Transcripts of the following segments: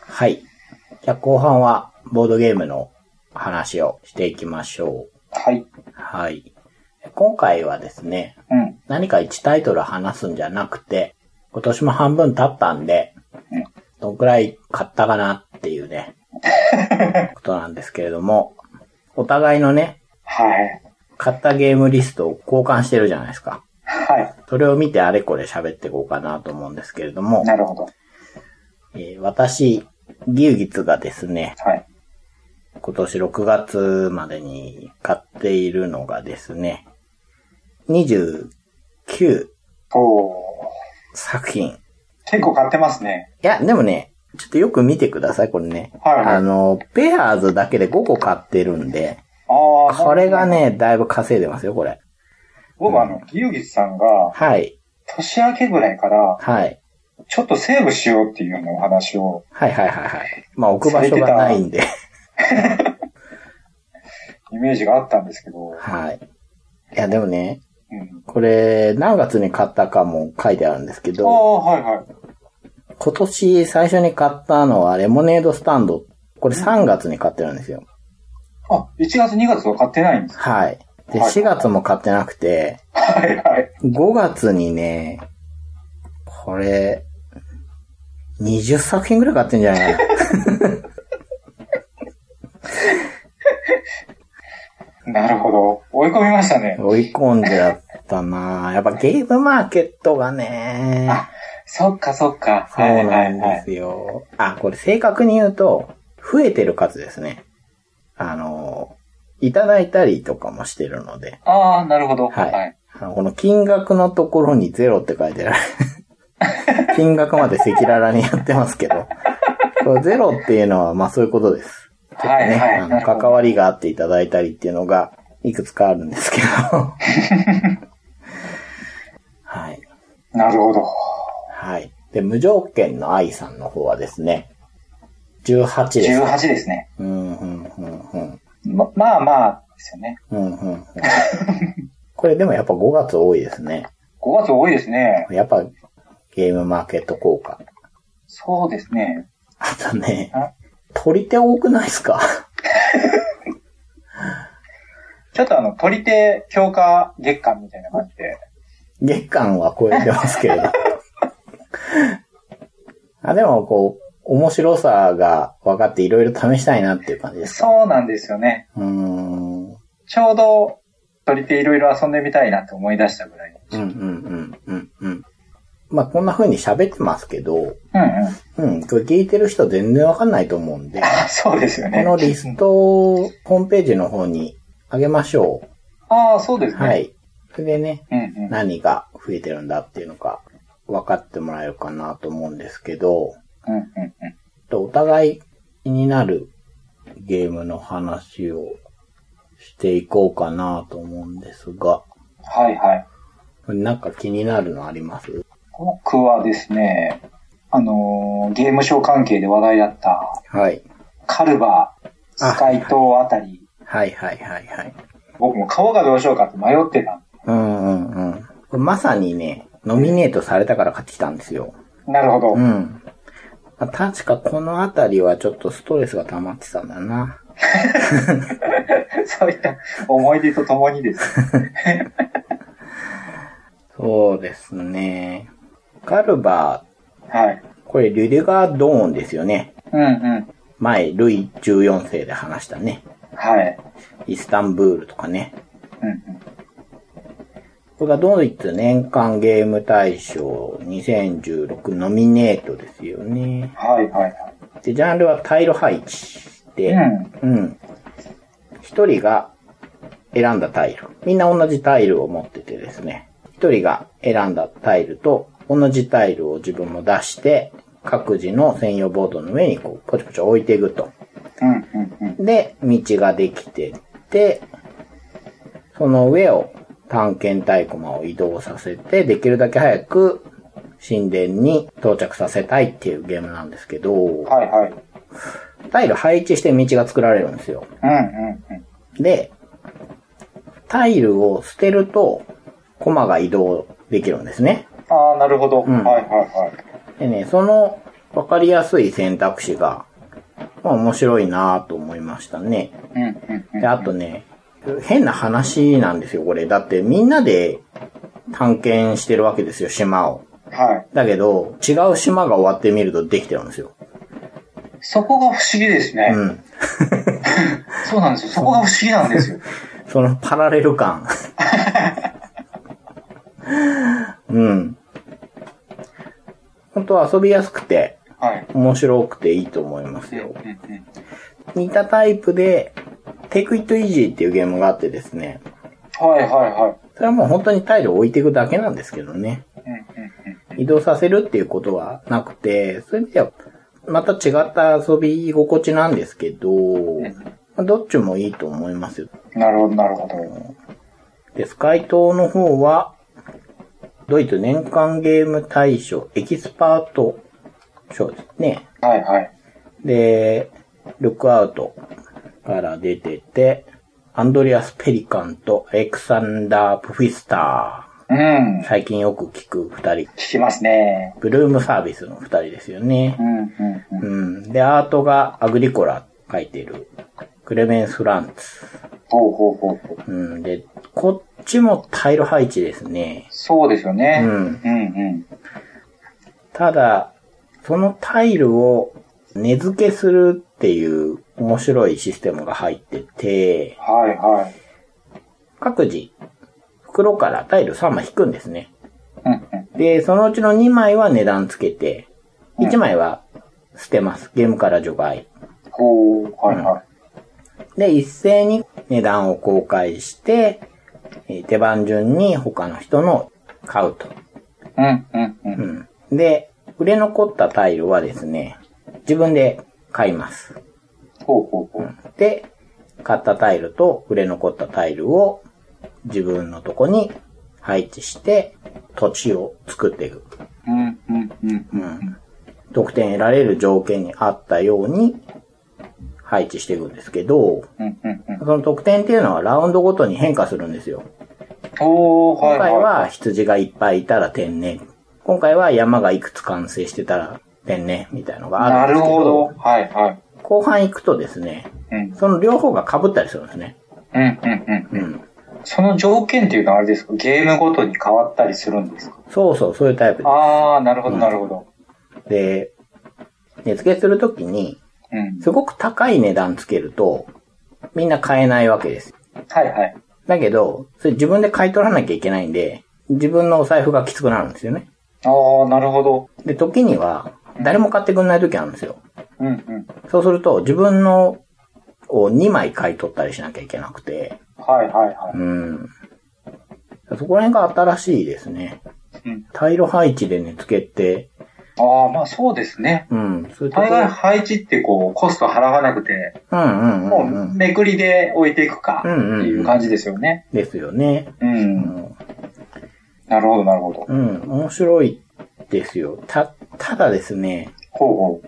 はい。じゃあ後半はボードゲームの話をしていきましょはい。う。はい。今回はですね、うん。何か1タイトル話すんじゃなくて、今年も半分経ったんで、うんどんくらい買ったかなっていうね、ことなんですけれども、お互いのね、はい。買ったゲームリストを交換してるじゃないですか。はそれを見てあれこれ喋っていこうかなと思うんですけれどもい。、なるほど。えー私、ギュウギツがですね、はい。今年6月までに買っているのがですね、29おー。作品。い結構買ってますね。や、でもね、ちょっとよく見てください、これね。はいはいあの、ペアーズだけで5個買ってるんで、ああ。これが。ね、だいぶ稼いでますよ、これ。僕あの、ギユギスさんが、はい、年明けぐらいから、はい、ちょっとセーブしようっていうようなお話を、はいはいはいはい。まあ、置く場所がないんで、、イメージがあったんですけどはい。いや、でもね、うん。これ、何月に買ったかも書いてあるんですけあど、あ、はいはい。今年最初に買ったのはレモネードスタンド。これ3月に買ってるんですよ。あ、1月2月は買ってないんです。はい。で、はい4月も買ってなくて、 はいはい。 5月にね、これ、20作品ぐらい買ってんじゃないか な。なるほど。追い込みましたね。追い込んじゃったなやっぱゲームマーケットがね、そっかそっか。そうはいはないんはでい。すよ。あ、これ正確に言うと、増えてる数ですね。あの、いただいたりとかもしてるので。ああ、なるほど。はいはい。あのこの金額のところにゼロって書い てある。金額まで赤裸々にやってますけど。このゼロっていうのは、まあそういうことです。はいね、はい。あの、なるほど関わりがあっていただいたりっていうのが、いくつかあるんです けど。はい。なるほど。はい。で、無条件の愛さんの方はですね、18です。 18ですね。うん、うん、うん、うん。ままあまあですよね。うん、うん、うん。これでもやっぱ5月多いですね。 5月多いですね。やっぱ、ゲームマーケット効果。そうですね。あとねあ、取り手多くないですか ちょっとあの、取り手強化月間みたいな感じで。月間は超えてますけれど。 あでも、こう、面白さが分かっていろいろ試したいなっていう感じですかそうなんですよね。うーん。うんちょうど、取り手いろいろ遊んでみたいなって思い出したぐらい。うんうんうんうん。まあ、こんな風に喋ってますけど、うんうん。うん、これ聞いてる人全然わかんないと思うん で、あそうですよこね。のリストをホームページの方にあげましょああ、そうでう。すね。は。い。それでね、うんうん。何が増えてるんだっていうのか分かってもらえるかなと思うんですけど、うんうんうん。とお互い気になるゲームの話をしていこうかなと思うんですが、はいはい。なんか気になるのあります僕はですね、あのーゲームショー関係で話題だった、はい。カルバー、スカイ島あたり、はいはいはいはい。僕も顔がどうしようかって迷ってた。うんうんうん。これまさにね、ノミネートされたから買ってきたんですよ。なるほど。うん。まあ確かこのあたりはちょっとストレスが溜まってたんだな。 そういった思い出とともにですね。そうですね。カルバーはい。これ、リュデガー・ドーンですよね。うんうん。前、ルイ14世で話したね。はい。イスタンブールとかね。うんうん。これがドイツ年間ゲーム大賞2016ノミネートですよね。はいはいはい。で、ジャンルはタイル配置で、うん。うん。一人が選んだタイル。みんな同じタイルを持っててですね。一人が選んだタイルと同じタイルを自分も出して、各自の専用ボードの上にこう、ポチポチ置いていくと。うんうんうん。で、道ができてって、その上を探検隊駒を移動させて、できるだけ早く神殿に到着させたいっていうゲームなんですけど、はいはい。タイル配置して道が作られるんですよ。うんうんうん。で、タイルを捨てると、駒が移動できるんですね。ああ、なるほど。んはいはいはい。でね、その分かりやすい選択肢が、まあ面白いなと思いましたね。うん、うん、うん。で、あとね、変な話なんですよ、これ。だってみんなで探検してるわけですよ、島を。はい。だけど、違う島が終わってみるとできてるんですよ。そこが不思議ですね。うん。 そうなんですよ。そこが不思議なんですよ。 そのパラレル感。うん。本当は遊びやすくて、はい。面白くていいと思いますうん、うよ。ん、似たタイプで、Take It Easy っていうゲームがあってですね。うん。はい、はい、はい。それはもう本当にタイルを置いていくだけなんですけどね。うん、うん、うん。移動させるっていうことはなくて、そういう意味では、また違った遊び心地なんですけど、まあどっちもいいと思いますよ。なるほど、なるほど。で、スカイ島の方は、ドイツ年間ゲーム大賞、エキスパート賞ですね。はい、はい。で、ルックアウトから出てて、アンドレアス・ペリカンとアレクサンダー・プフィスタうんー。。最近よく聞く二人。聞きますね。ブルームサービスの二人ですよねう。ん、うん、うん。うん。で、アートがアグリコラ書いてる。クレメンス・フランツ。ほうほうほうほう。うん。で、こっちもタイル配置ですね。そうですよね。うんうん、うん。ただ、そのタイルを根付けするっていう面白いシステムが入ってて、はい、はい。各自、袋からタイル3枚引くんですね。うん、うん。で、そのうちの2枚は値段つけて、うん1枚は捨てます。ゲームから除外。ほう、はい、はで、一斉に値段を公開して、えー手番順に他の人の買うと。い。うん、うん、う。うんん。で、売れ残ったタイルはですね、自分で買います。ほうほうほう。で、買ったタイルと売れ残ったタイルを自分のとこに配置して土地を作っていく。うん、うん、うん。うん。得点得られる条件に合ったように配置していくんですけど、うん、うん、うん。その得点っていうのはラウンドごとに変化するんですよ。ほう、今はい、はい。回は羊がいっぱいいたら天然。今回は山がいくつ完成してたら天然みたいのがあなるんるですけど。ほど。はい、はい。後半行くとですね、うん、その両方が被ったりするんですね。うん、うん、ううん。ん。その条件っていうのはあれですかゲームごとに変わったりするんですかそうそう、そういうタイプでああ、なるほど、なるほど。で、値付けするときに、うん。すごく高い値段つけると、みんな買えないわけです。はい、はい。だけど、それ自分で買い取らなきゃいけないんで、自分のお財布がきつくなるんですよね。ああ、なるほど。で、時には、誰も買ってくんない時あるんですよ。うん、うん。そうすると、自分のを2枚買い取ったりしなきゃいけなくて、はい、はい、はうん。そこら辺が新しいですね。い。うん。タイル配置で値付けって、ああ、まあそうですね。うん、そういうとこ大概配置ってこう、コスト払わなくて、うんうんうもんう。うんめくりで置いていくか、っていう感じですよね。ですよね。う。うんんなるほど、なるほど。うん、面白いですよ。た、ただですね、ほうほ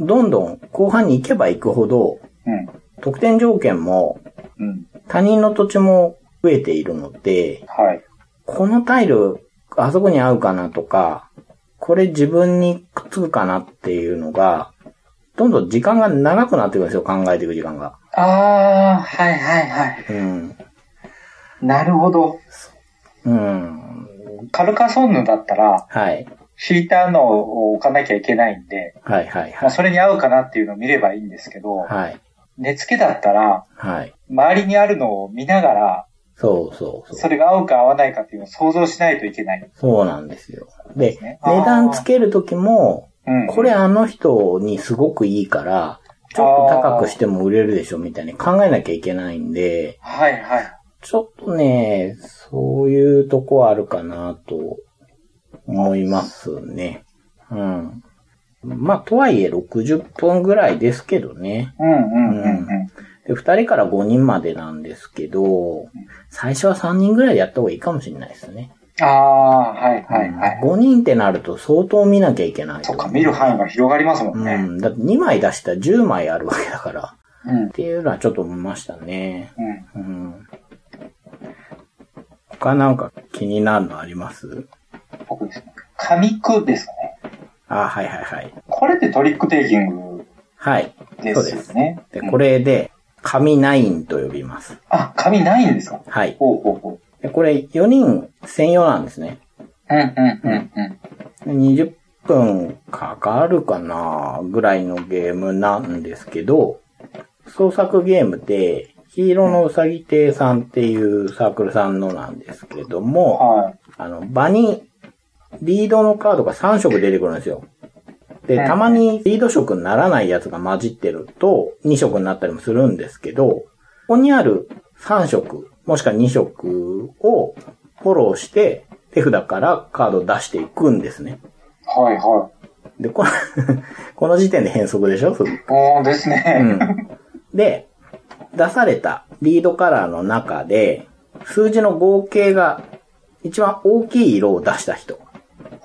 う。どんどん後半に行けば行くほど、うん。得点条件もうん。他人の土地も増えているので、はい。このタイル、あそこに合うかなとか、これ自分にくっつくかなっていうのが、どんどん時間が長くなっていくんですよ、考えていく時間が。ああ、はいはいはい。うん。なるほど。うん。カルカソンヌだったら、はい。引いたのを置かなきゃいけないんで、はいはいまはあい。それに合うかなっていうのを見ればいいんですけど、はい。根付けだったら、はい。周りにあるのを見ながら、そうそうそ。そうれが合うか合わないかっていうのを想像しないといけない。そうなんですよ。で、ねあー値段つけるときも、うん。これあの人にすごくいいから、ちょっと高くしても売れるでしょみたいに考えなきゃいけないんで、はいはい。ちょっとね、そういうとこあるかなと思いますね。うん。まあ、とはいえ60分ぐらいですけどね。うんうんうんうん。で、2人から5人までなんですけど、最初は3人ぐらいでやった方がいいかもしれないですね。ああ、はいはいはい。 5人ってなると相当見なきゃいけないとそっ思う。か、見る範囲が広がりますもんうね。ん。だって2枚出したら10枚あるわけだから。うんっ。ていうのはちょっと思いましたね。ううん。ん。他なんか気になるのあります僕ですね。紙句ですかね。あ、はいはいはい。これってトリックテイキングはい。でそうですすね。で、うんこれで、紙ナインと呼びます。あ、紙ないんですかはい。ほうほうほう。で、これ4人専用なんですね。うんうんうんうん。で20分かかるかなぐらいのゲームなんですけど、創作ゲームで、黄色のうさぎ亭さんっていうサークルさんのなんですけども、はあの、場にリードのカードが3色出てくるんですよ。で、うんたまにリード色にならないやつが混じってると2色になったりもするんですけど、ここにある3色、もしくは2色をフォローして手札からカードを出していくんですね。い。はいはで、この、 この時点で変則でしょすぐい。おーですうね。ん。で、出されたリードカラーの中で、数字の合計が一番大きい色を出した人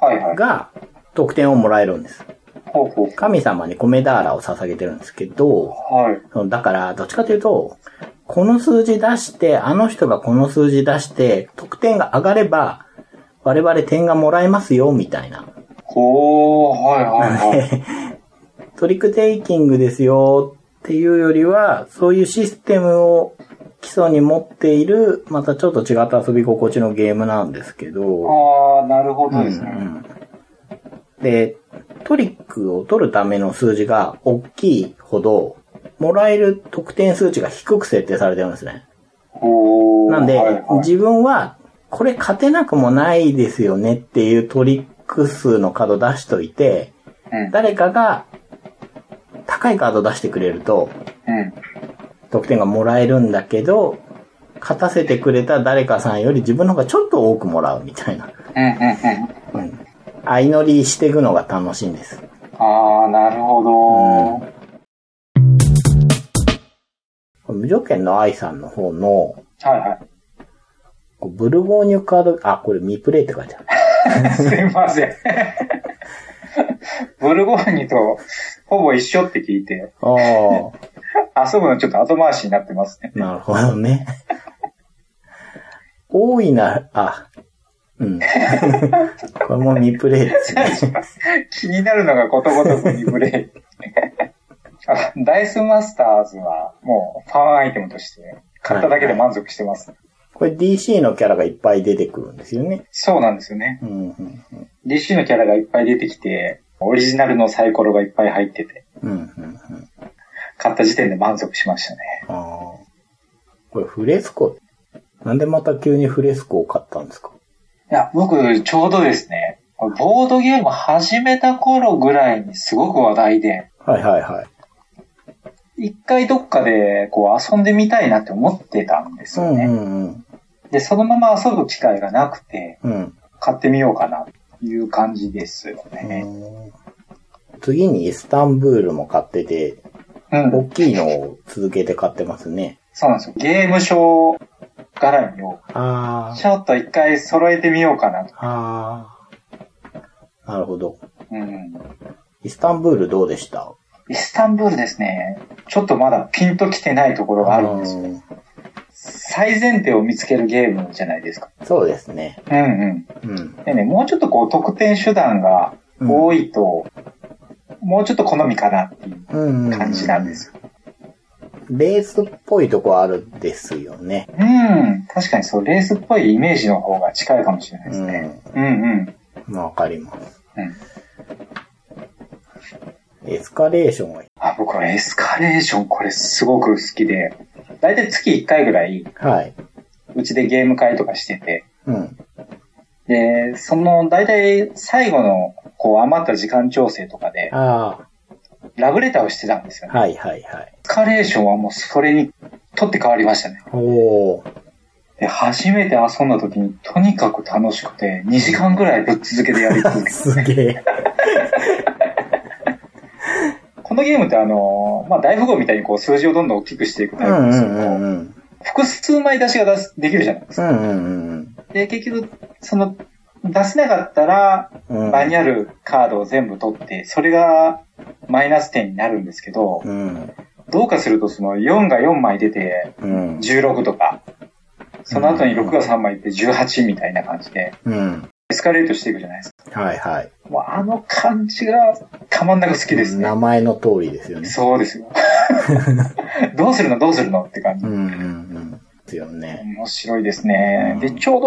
はいはい。が得点をもらえるんです。ほうほう。神様に米ダーラを捧げてるんですけど、はい。そのだから、どっちかというと、この数字出して、あの人がこの数字出して、得点が上がれば、我々点がもらえますよ、みたいな。ほー、はいはいはい。トリックテイキングですよっていうよりは、そういうシステムを基礎に持っている、またちょっと違った遊び心地のゲームなんですけど、あー、なるほどですうね。んで、トリックを取るための数字が大きいほど、もらえる得点数値が低く設定されてるんですね。ほー。なんはいで、はい自分は、これ勝てなくもないですよねっていうトリック数のカード出しといて、うん誰かが高いカード出してくれるとうん。得点がもらえるんだけど、勝たせてくれた誰かさんより自分の方がちょっと多くもらうみたいな。うんうんうん。うん。相乗りしていくのが楽しいんです。あー、なるほど。これ無条件の愛さんの方の、はいはい。こうブルゴーニュカード、あ、これミプレイって書いてある。すいま せん。ブルゴーニュとほぼ一緒って聞いて、ああ、遊ぶのちょっと後回しになってますね。なるほどね。 多いな、あ、うん。 これもミプレイですね。気になるのがことごとくリプレ イ。あダイスマスターズはもうファンアイテムとして買っただけで満足してます。これ DC のキャラがいっぱい出てくるんですよね。そうなんですよね。うん、うん、 DC のキャラがいっぱい出てきて、オリジナルのサイコロがいっぱい入ってて、うん、うん、うん。買った時点で満足しましたね。ああ。これフレスコ。なんでまた急にフレスコを買ったんですかいや、僕、ちょうどですね、ボードゲーム始めた頃ぐらいにすごく話題で、はいはいはい。一回どっかでこう遊んでみたいなって思ってたんですうよん、うね。ん、うん。で、そのまま遊ぶ機会がなくて、うん。買ってみようかなという感じですよね。次にイスタンブールも買ってて、うん。大きいのを続けて買ってますね。そうなんですよ。ゲームショー絡みを、あちょっと一回揃えてみようかなとあ。。ああ。なるほど。うん。イスタンブールどうでしたイスタンブールですね、ちょっとまだピンときてないところがあるんですよ。うん最前提を見つけるゲームじゃないですか。そうですね。うんうん。うん。でね、もうちょっとこう、得点手段が多いと、もうちょっと好みかなっていううん。感じなんですよ。レースっぽいとこあるんですよね。うん、確かにそう、レースっぽいイメージの方が近いかもしれないですね。うんうん。うん。わかります。うん、エスカレーションは、あ僕はエスカレーション、これすごく好きで、だいたい月1回ぐらい、はい。うちでゲーム会とかしてて、うん。で、その、だいたい最後の、こう、余った時間調整とかで、あラブレターをしてたんですよあ、ね。はいはいはいエ。スカレーションはもうそれに取って変わりましたね。おー。で、初めて遊んだ時にとにかく楽しくて、2時間ぐらいぶっ続けてやり続け て。すげえ。このゲームってあのー、まあ、大富豪みたいにこう数字をどんどん大きくしていくうタイプんでうすけんど、うんうん。複数枚出しが出す、できるじゃないですか。うんうんで、結局、その、出せなかったら、うん。場にあるカードを全部取って、それがマイナス点になるんですけど、うん。どうかするとその4が4枚出てうん。 16とか、その後に6が3枚出て18みたいな感じで、うん。エスカレートしていくじゃないですかはいはい。もうあの感じがたまんなく好きですね。名前の通りですよね。そうです よ。どうするのどうするのって感じう。んうんうん。ですよね。面白いですね。で、ちょう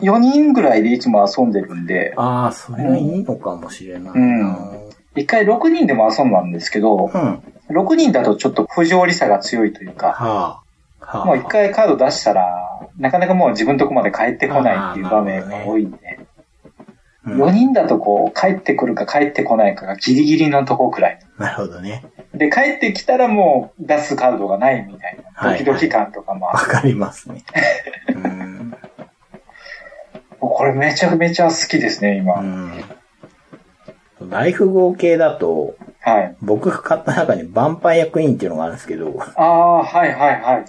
ど4人ぐらいでいつも遊んでるんで、ああ、それはいいのかもしれないな。一回6人でも遊んだんですけどう、ん。は6人だとちょっと不条理さが強いというか、あ。はあ。もう一回カード出したら、なかなかもう自分とこまで帰ってこないっていう場面が多いんで、うん、 4人だとこう、帰ってくるか帰ってこないかがギリギリのとこくらい。なるほどね。で、帰ってきたらもう出すカードがないみたいな、はドいキドキ感とかもあわるかりますね。うん。もうこれめちゃめちゃ好きですね、今。うん。ライフ合計だと、はい。僕が買った中にヴァンパイアクイーンっていうのがあるんですけど、こああ、はいはいはい。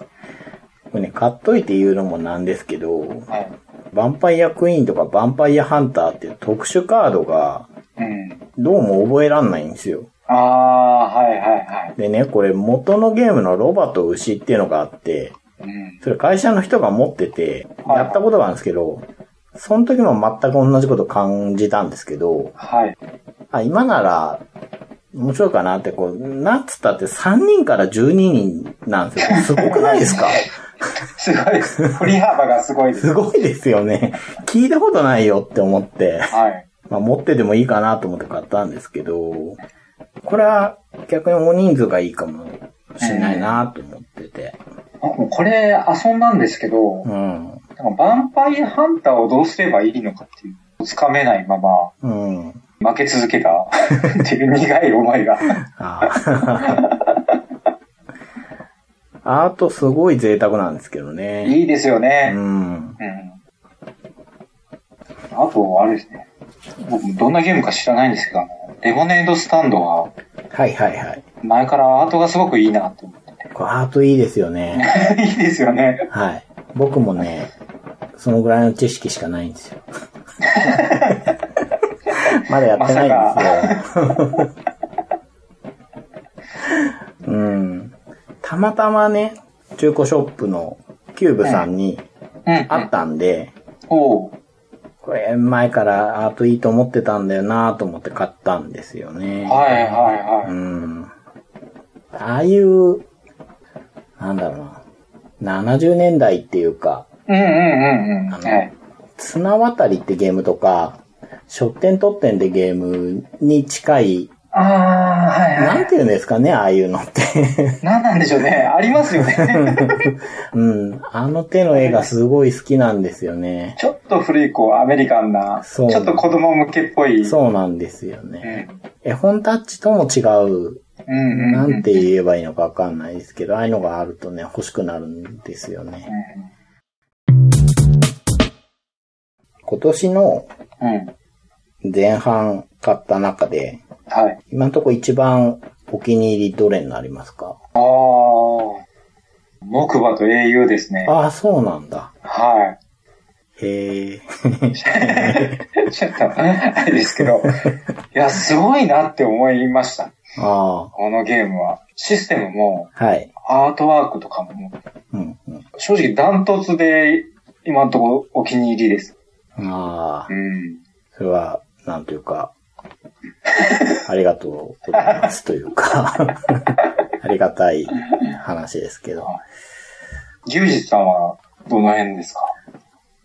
れね、買っといて言うのもなんですけど、ヴはい。ァンパイアクイーンとかヴァンパイアハンターっていう特殊カードが、うん。どうも覚えらんないんですよ。ああ、はいはいはい。でね、これ元のゲームのロバと牛っていうのがあって、うん。それ会社の人が持ってて、はいやったことがあるんですけど、その時も全く同じこと感じたんですけど、はい。あ、今なら、面白いかなって、こう、なんつったって3人から12人なんですよ。すごくないですか すごいです。振り幅がすごいです。すごいですよね。聞いたことないよって思って、はい。まあ持っててもいいかなと思って買ったんですけど、これは逆に大人数がいいかもしれないなと思ってて。僕もこれ遊んだんですけど、うん。なんかヴァンパイアハンターをどうすればいいのかっていう、つかめないまま、うん。負け続けたっていう苦い思いが。あ あ。アートすごい贅沢なんですけどね。いいですようね。ん。うん。あと、あれですね。僕もどんなゲームか知らないんですけど、あのレモネードスタンドは、はいはいはい。前からアートがすごくいいなと 思ってこれアートいいですよね。て。いいですよね。はい。僕もね、そのぐらいの知識しかないんです よ。まだやってないんですよ。うん。たまたまね、中古ショップのキューブさんにうん。あったんで、おうこれ前からアートいいと思ってたんだよなと思って買ったんですよね。はいはいはうん。ああいう、なんだろうな。70年代っていうか、い。うんうんうんうん。あのはい。綱渡りってゲームとか、書店特典でゲームに近い、ああ、はいはい。なんていうんですかね、ああいうのって。 なんなんでしょうね。ありますよね。うん。あの手の絵がすごい好きなんですよね。ちょっと古い、こう、アメリカンな、ちそょうっと子供向けっぽい。そうなんですようね。ん。絵本タッチとも違ううんうんうん。なんて言えばいいのかわかんないですけど、ああいうのがあるとね、欲しくなるんですよね。今年のうん。うん。前半買った中で、はい。今のところ一番お気に入りどれになりますかああ。木馬と英雄ですね。ああ、そうなんだ。はへえ。 い。ちょっと、あれです けど。いや、すごいなって思いました。あこのゲームは。システムも、あ、はい。アートワークとかも、うん、うん。正直ダントツで、今のところお気に入りです。ああう、ん。それは、なんというか、ありがとうございますというか、 ありがたい話ですけど。牛実さんは、どの辺ですか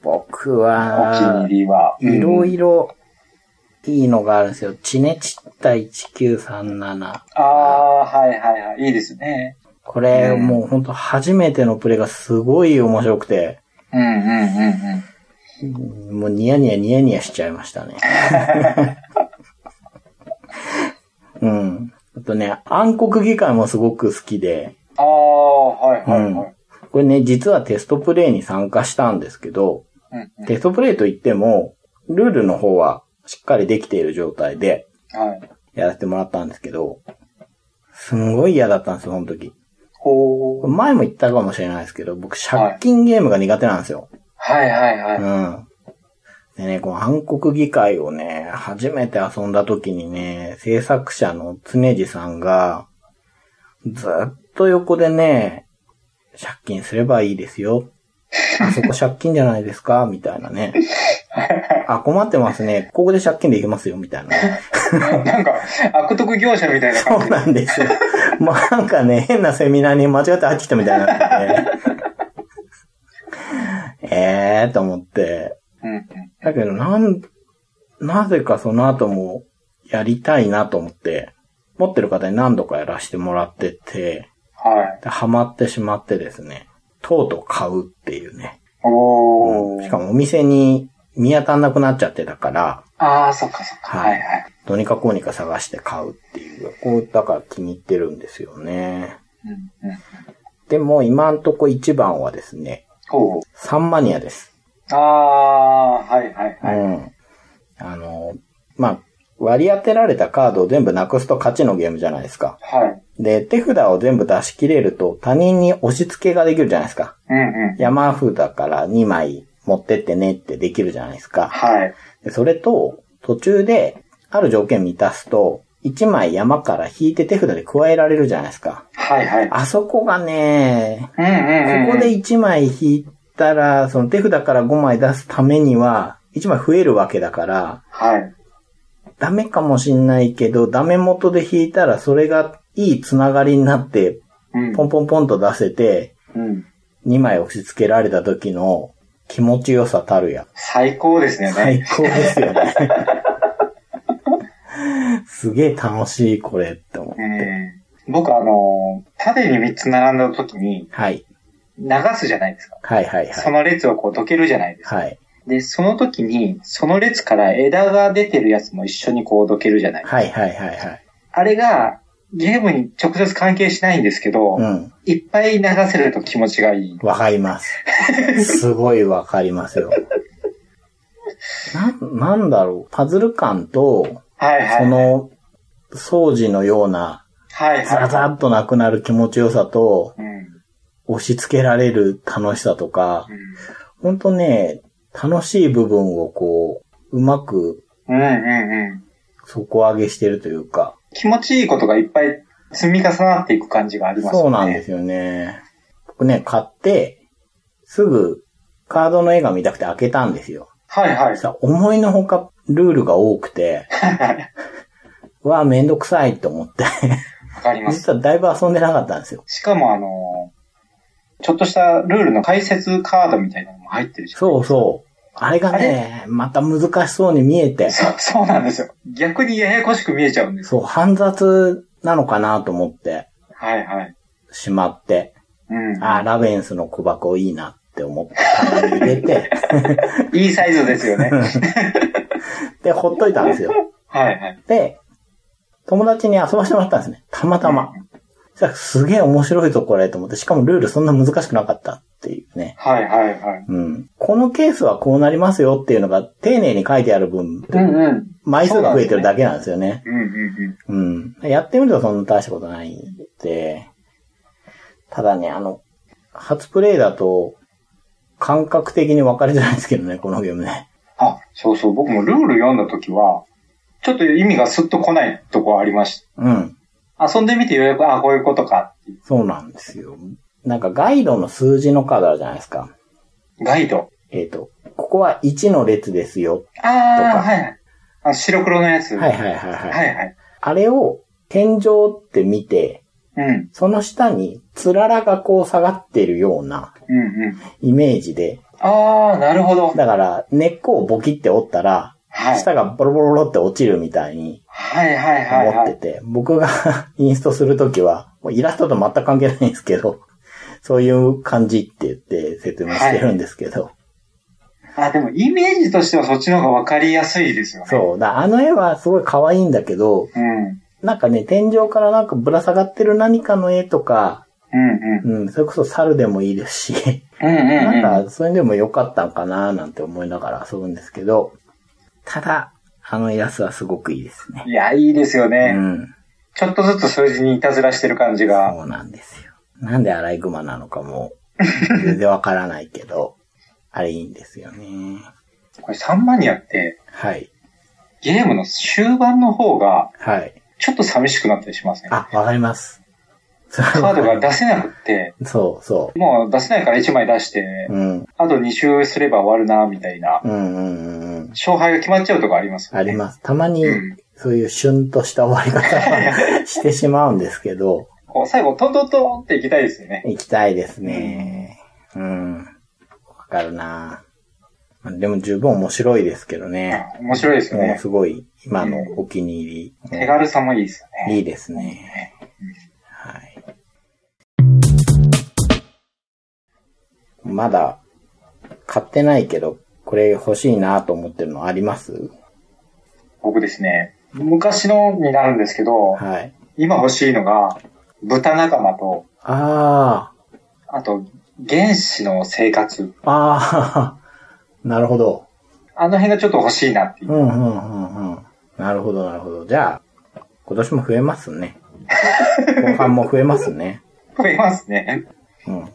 僕お気には入、りは。いろろ。いろいいのがあるんですよ。チネチッタ1937。ああ、はいはいはい。いいですね。これ、うんもうほんと初めてのプレイがすごい面白くて、うんうんうんうん。もうニヤニヤニヤニヤしちゃいましたね。 うん。あとね、暗黒議会もすごく好きで、ああ、はいはいはい。これね、実はテストプレイに参加したんですけど、うんうんテストプレイといっても、ルールの方はしっかりできている状態で、はい。やらせてもらったんですけど、すんごい嫌だったんですよ、その時。ほこう。れ前も言ったかもしれないですけど、僕、借金ゲームが苦手なんですよ。はいはいはい。うん。でね、この暗黒議会をね、初めて遊んだ時にね、制作者の常地さんが、ずっと横でね、借金すればいいですよ。あそこ借金じゃないですかみたいなね。あ、困ってますね。ここで借金できますよ、みたいな。なんか、悪徳業者みたいなそ感うじで。なんですよ。もうなんかね、変なセミナーに間違って入ってきたみたいなんで、ね。えーと思って。うんうん。だけど、なん、なぜかその後もやりたいなと思って、持ってる方に何度かやらせてもらってて、はい。でハマってしまってですね、とうとう買うっていうね。おー。しかもお店に見当たんなくなっちゃってたから、ああ、そっかそっか。ははいいはい。どうにかこうにか探して買うっていう、こう、だから気に入ってるんですよね。うんうん。でも今んとこ一番はですね、ほう。サンマニアです。ああ、はいはいはい。うん。あの、まあ、割り当てられたカードを全部なくすと勝ちのゲームじゃないですか。はい。で、手札を全部出し切れると他人に押し付けができるじゃないですか。うんうん。山札から2枚持ってってねってできるじゃないですか。はい。でそれと、途中で、ある条件満たすと、1枚山から引いて手札で加えられるじゃないですか。はいはい。あそこがね、うんうんうん。ここで1枚引いたら、その手札から5枚出すためには、1枚増えるわけだから、はい。ダメかもしんないけど、ダメ元で引いたら、それがいいつながりになって、うん。ポンポンポンと出せて、うん。 2枚押し付けられた時の気持ちよさたるや。最高ですね。最高ですよね。 すげえ楽しい、これって思う。うん。僕あの、縦に3つ並んだ時にはい。流すじゃないですか。はいはいはそい。の列をこうどけるじゃないですか。はい。で、その時に、その列から枝が出てるやつも一緒にこうどけるじゃない。はいはいはいはい。あれが、ゲームに直接関係しないんですけど、うん。いっぱい流せると気持ちがいい。わかります。すごいわかりますよ。な、なんだろう。パズル感と、はいはい。そ、の、掃除のような、はいはい。ザラザラっとなくなる気持ちよさと、うん。うん。押し付けられる楽しさとか、ほんとね、楽しい部分をこう、うまくうんうんうん。底上げしてるというか、気持ちいいことがいっぱい積み重なっていく感じがありますよね。。そうなんですすよね。僕ね、買って、すぐカードの絵が見たくて開けたんですよ。はいはい。 さ、思いのほかルールが多くて、うわ、めんどくさいと思って、わかります。実はだいぶ遊んでなかったんですよ。しかもあの、ちょっとしたルールの解説カードみたいなのも入ってるじゃん。そうそう。あれがね、また難しそうに見えて、そう、そうなんですよ。逆にややこしく見えちゃうんです。そう、煩雑なのかなと思ってはいはい。しまって、うん。あーラベンスの小箱いいなって思って、棚に入れて、いいサイズで すよね。で、ほっといたんですよ。 はいはい。で、友達に遊ばせてもらったんですね。たまたま。そしたらすげえ面白いぞこれと思って、しかもルールそんな難しくなかったっていうね。はいはいはい。うん。このケースはこうなりますよっていうのが丁寧に書いてある分、うんうん。枚数が増えてるだけなんですよね。うんうんうん。やってみるとそんな大したことないんで、ただね、あの、初プレイだと、感覚的に分かりづらいんですけどね、このゲームね。うん。あ、そうそう。僕もルール読んだときは、ちょっと意味がスッと来ないとこありました。うん。遊んでみてようやく、あ、こういうことかっていう。そうなんですよ。なんかガイドの数字のカードあるじゃないですか。ガイド。えっ、と、ここは1の列ですよ。とあかあ、はいはい。あの白黒のやつ。はいははいはいはい。い。はいはい。あれを天井って見て、うん。その下につららがこう下がってるようなうんうん。イメージで、ああ、なるほど。だから根っこをボキって折ったら、はい。下がボロボロボロって落ちるみたいにはいはいはい思はってい。て、僕が インストするときは、もうイラストと全く関係ないんですけど、そういう感じって言って説明してるんですけど、あ、でもイメージとしてはそっちの方がわかりやすいですよね。そう、だからあの絵はすごい可愛いんだけど、う。うん。うんなんかね、天井からなんかぶら下がってる何かの絵とか、うん。うん、それこそ猿でもいいですし、うんうんうん。なんか、それでも良かったんかななんて思いながら遊ぶんですけど、ただ、あのイラストはすごくいいですね。いや、いいですようね。ん。ちょっとずつ数字にいたずらしてる感じが。そうなんですよ。なんでアライグマなのかも、全然わからないけど、あれいいんですよね。これサンマニアって、はい。ゲームの終盤の方が、はい。ちょっと寂しくなったりしませんあ、わかります。カードが出せなくって、そうそもう出せないから1枚出してう。、うん。あと2周すれば終わるな、みたいな、うんうんうんうん。勝敗が決まっちゃうとかありますよあね。ります。たまにうん、そういうシュンとした終わり方はしてしまうんですけど、こう最後、トントントンっていきたいですよね。行きたいですね。うん。わかるなまあでも十分面白いですけどね。面白いですよもうね。すごい、今のお気に入り。手軽さもいいですよね。いいですね。はい。まだ買ってないけど、これ欲しいなと思ってるのあります僕ですね、昔のになるんですけど、はい。今欲しいのが、豚仲間と、ああと、原始の生活。あ、ああ、 なるほど。あの辺がちょっと欲しいなっていうう。んうんうんうん。なるほどなるほど。じゃあ、今年も増えますね。後半も増えますね。増えますね。うんうん。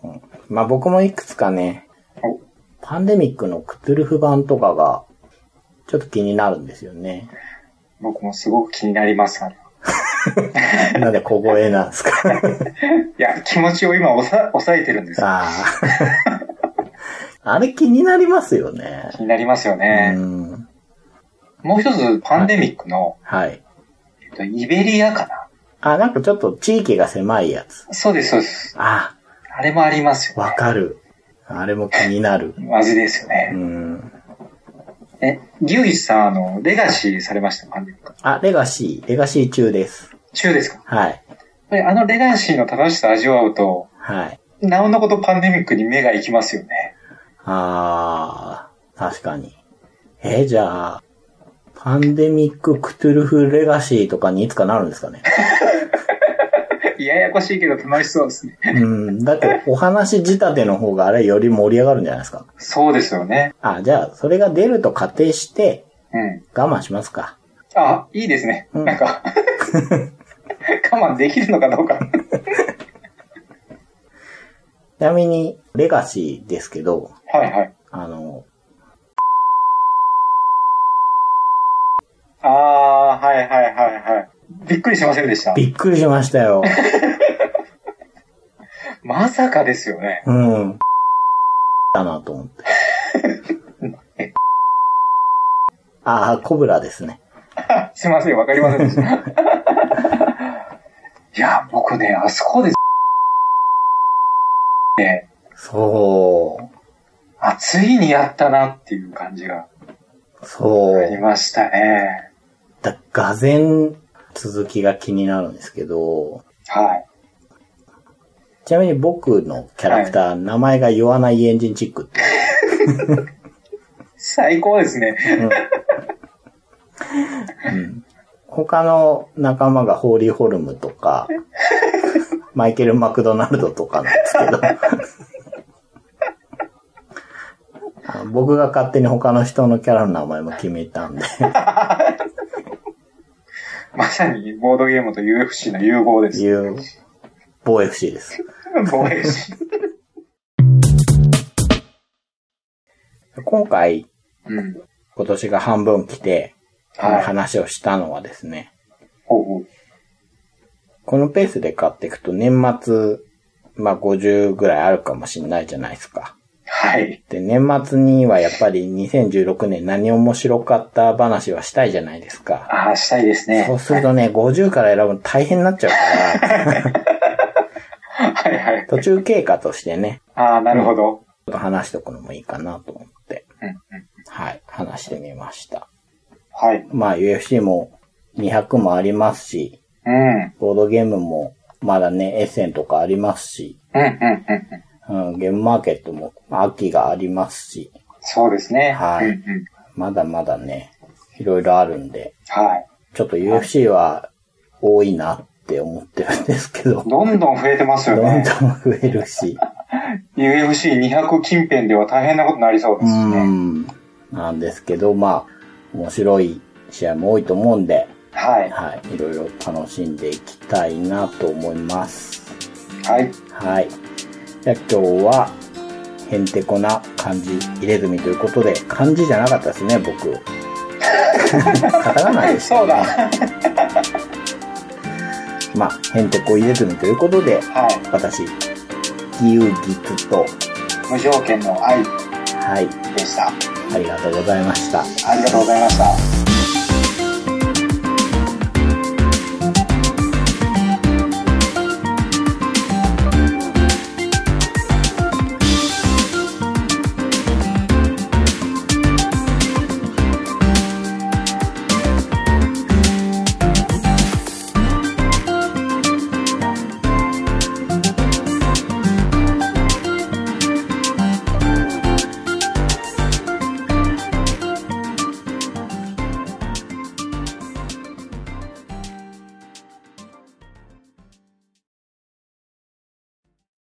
まあ僕もいくつかね、おパンデミックのクトゥルフ版とかが、ちょっと気になるんですよね。僕もすごく気になります。あれなんで小声なんですかいや、気持ちを今抑え抑えてるんですよ。あ あ。あれ気になりますよね。気になりますよね。うん。もう一つ、パンデミックの、はい。えっと、イベリアかな。あ、なんかちょっと地域が狭いやつ。そうです、そうです。あ、あれもありますよわね。かる。あれも気になる。マジですようね。ん。え、牛一さん、あの、レガシーされました、パンデミック。あ、レガシー、レガシー中です。中ですかやっはい。ぱりあのレガシーの楽しさを味わうと、はい。なおのことパンデミックに目が行きますよね。あー、確かに。え、じゃあ、パンデミッククトゥルフレガシーとかにいつかなるんですかね。 ややこしいけど楽しそうですね。うん。だって、お話仕立ての方があれより盛り上がるんじゃないですか。そうですよね。あ、じゃあ、それが出ると仮定して、うん。我慢しますか。あ、いいですね。うんなん か、我慢できるのか どうか。ちなみに、レガシーですけど、はいはい。あの、ああー、はいはいはいはい。びっくりしませんでした。びっくりしましたよ。まさかですよね。うん。だなと思って。ああ、コブラですね。すいません、わかりませんで した。いや、僕ね、あそこで、ね、そあ、ついにやったなっていう感じがう。そありう。ましたね。だ、がぜん、続きが気になるんですけど、はい。ちなみに僕のキャラクター、名前が言わないエンジンチックって。最高ですね。うん他の仲間がホーリーホルムと か、マイケル・マクドナルドとかなんですけど、 あの僕が勝手に他の人のキャラの名前も決めたんで、まさにボードゲームと UFC の融合です。いう、防衛 FC です。防衛士。 今回、うん。今年が半分来て、このはい。話をしたのはですね、ほうほうこのペースで買っていくと年末、まあ50ぐらいあるかもしれないじゃないですか。はい。で、年末にはやっぱり2016年何面白かった話はしたいじゃないですか。ああ、したいですね。そうするとね、50から選ぶの大変になっちゃうから、 はいはい。途中経過としてね、ああ、なるほど。ちょっと話しておくのもいいかなと思って、うんうん。はい、話してみました。はい。まあ UFC も200もありますし、うん。うんボードゲームもまだね、エッセンとかありますし、うんうんうん。うん、ゲームマーケットも秋がありますし、そうですね。はいうんうん。まだまだね、いろいろあるんで、はい。ちょっと UFC は多いなって思ってるんですけど、どんどんどん増えてますよどんね。増えるし。 UFC200 近辺では大変なことになりそうでうすね。ん。なんですけど、まあ、面白い試合も多いと思うんで、はい。はい、いろいろ楽しんでいきたいなと思います。はい。はい。じゃあ今日は、へんてこな漢字入れ墨ということで、漢字じゃなかったですね、僕。カタカナでした、ね。そうだ。まあ、ヘンテコ入れずにということで、は私、牛ギと、い。無条件の愛はい、でした。ありがとうございました。ありがとうございました。